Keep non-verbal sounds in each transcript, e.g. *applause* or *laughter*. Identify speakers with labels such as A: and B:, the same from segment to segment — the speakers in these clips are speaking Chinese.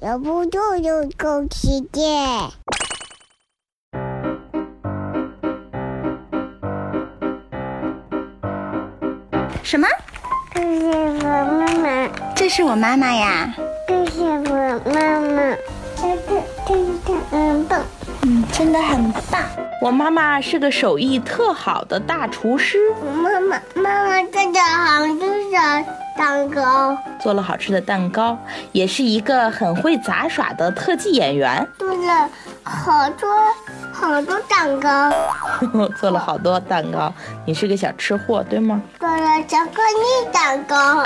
A: 忍不住就够吃电。
B: 什么？
A: 这是我妈妈，
B: 这是我妈妈呀。
A: 这是我妈妈，这这这这嗯棒，
B: 嗯，真的很棒。
C: 我妈妈是个手艺特好的大厨师，
A: 妈妈妈妈这个杭州的蛋糕，
C: 做了好吃的蛋糕，也是一个很会杂耍的特技演员， *laughs*
A: 做了好多好多蛋糕，
C: 做了好多蛋糕。你是个小吃货，对吗？
A: 做了巧克力蛋糕，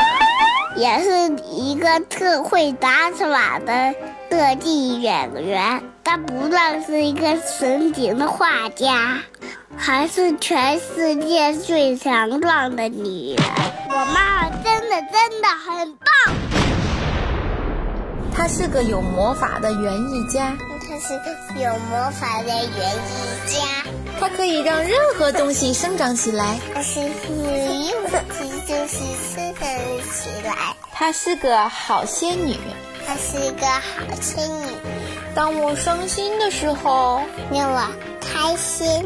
A: 也是一个特会打耍的特技演员。他不但是一个神奇的画家，还是全世界最强壮的女人。我妈妈真的真的很棒。
D: 他是个有魔法的园艺家，
A: 她是有魔法的园艺家。
D: 他可以让任何东西生长起来。
A: 但是你用其就是生长起来，
D: 她是个好仙女，
A: 她是一个好仙女，
D: 当我伤心的时候，
A: 让我开心。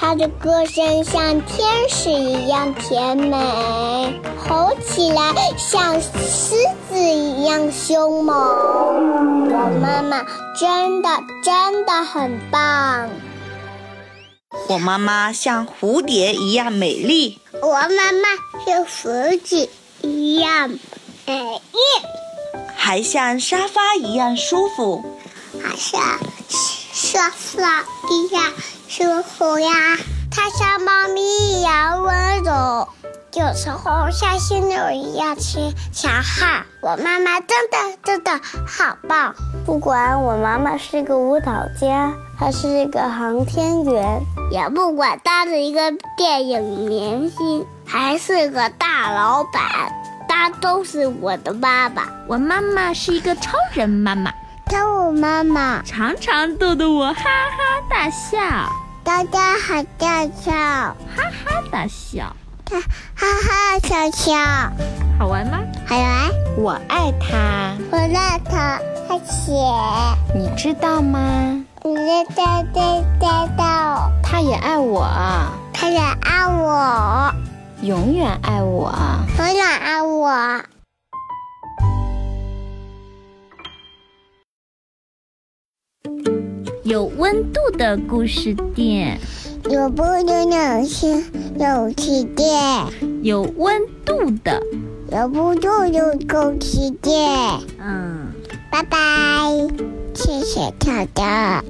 A: 她的歌声像天使一样甜美，吼起来像狮子一样凶猛。我妈妈真的真的很棒，
E: 我妈妈像蝴蝶一样美丽，
A: 我妈妈像佛子一样美丽。
E: 还像沙发一样舒服。
A: 好像沙发一样舒服呀。它像猫咪一样温柔，有时候像犀牛一样吃小孩。我妈妈真的真的好棒！不管我妈妈是个舞蹈家，还是一个航天员，也不管她是一个电影明星，还是个大老板，她都是我的妈妈。
B: 我妈妈是一个超人妈妈，
A: 当我妈妈。
B: 常常逗得我哈哈大笑，哈
A: 大家好大笑，
B: 哈大笑，
A: 哈哈笑笑，
B: 好玩吗？
A: 好来，
D: 我爱她，
A: 我让他他写，
D: 你知道吗？
A: 你知道知道道，
D: 她也爱我，
A: 他也爱我，
D: 永远爱我。
A: 我也爱我。
B: 有温度的故事店，
A: 有不有有气有气垫，
B: 有温度的，
A: 有不住有够气垫。
B: 嗯。
A: 拜拜，谢谢大家。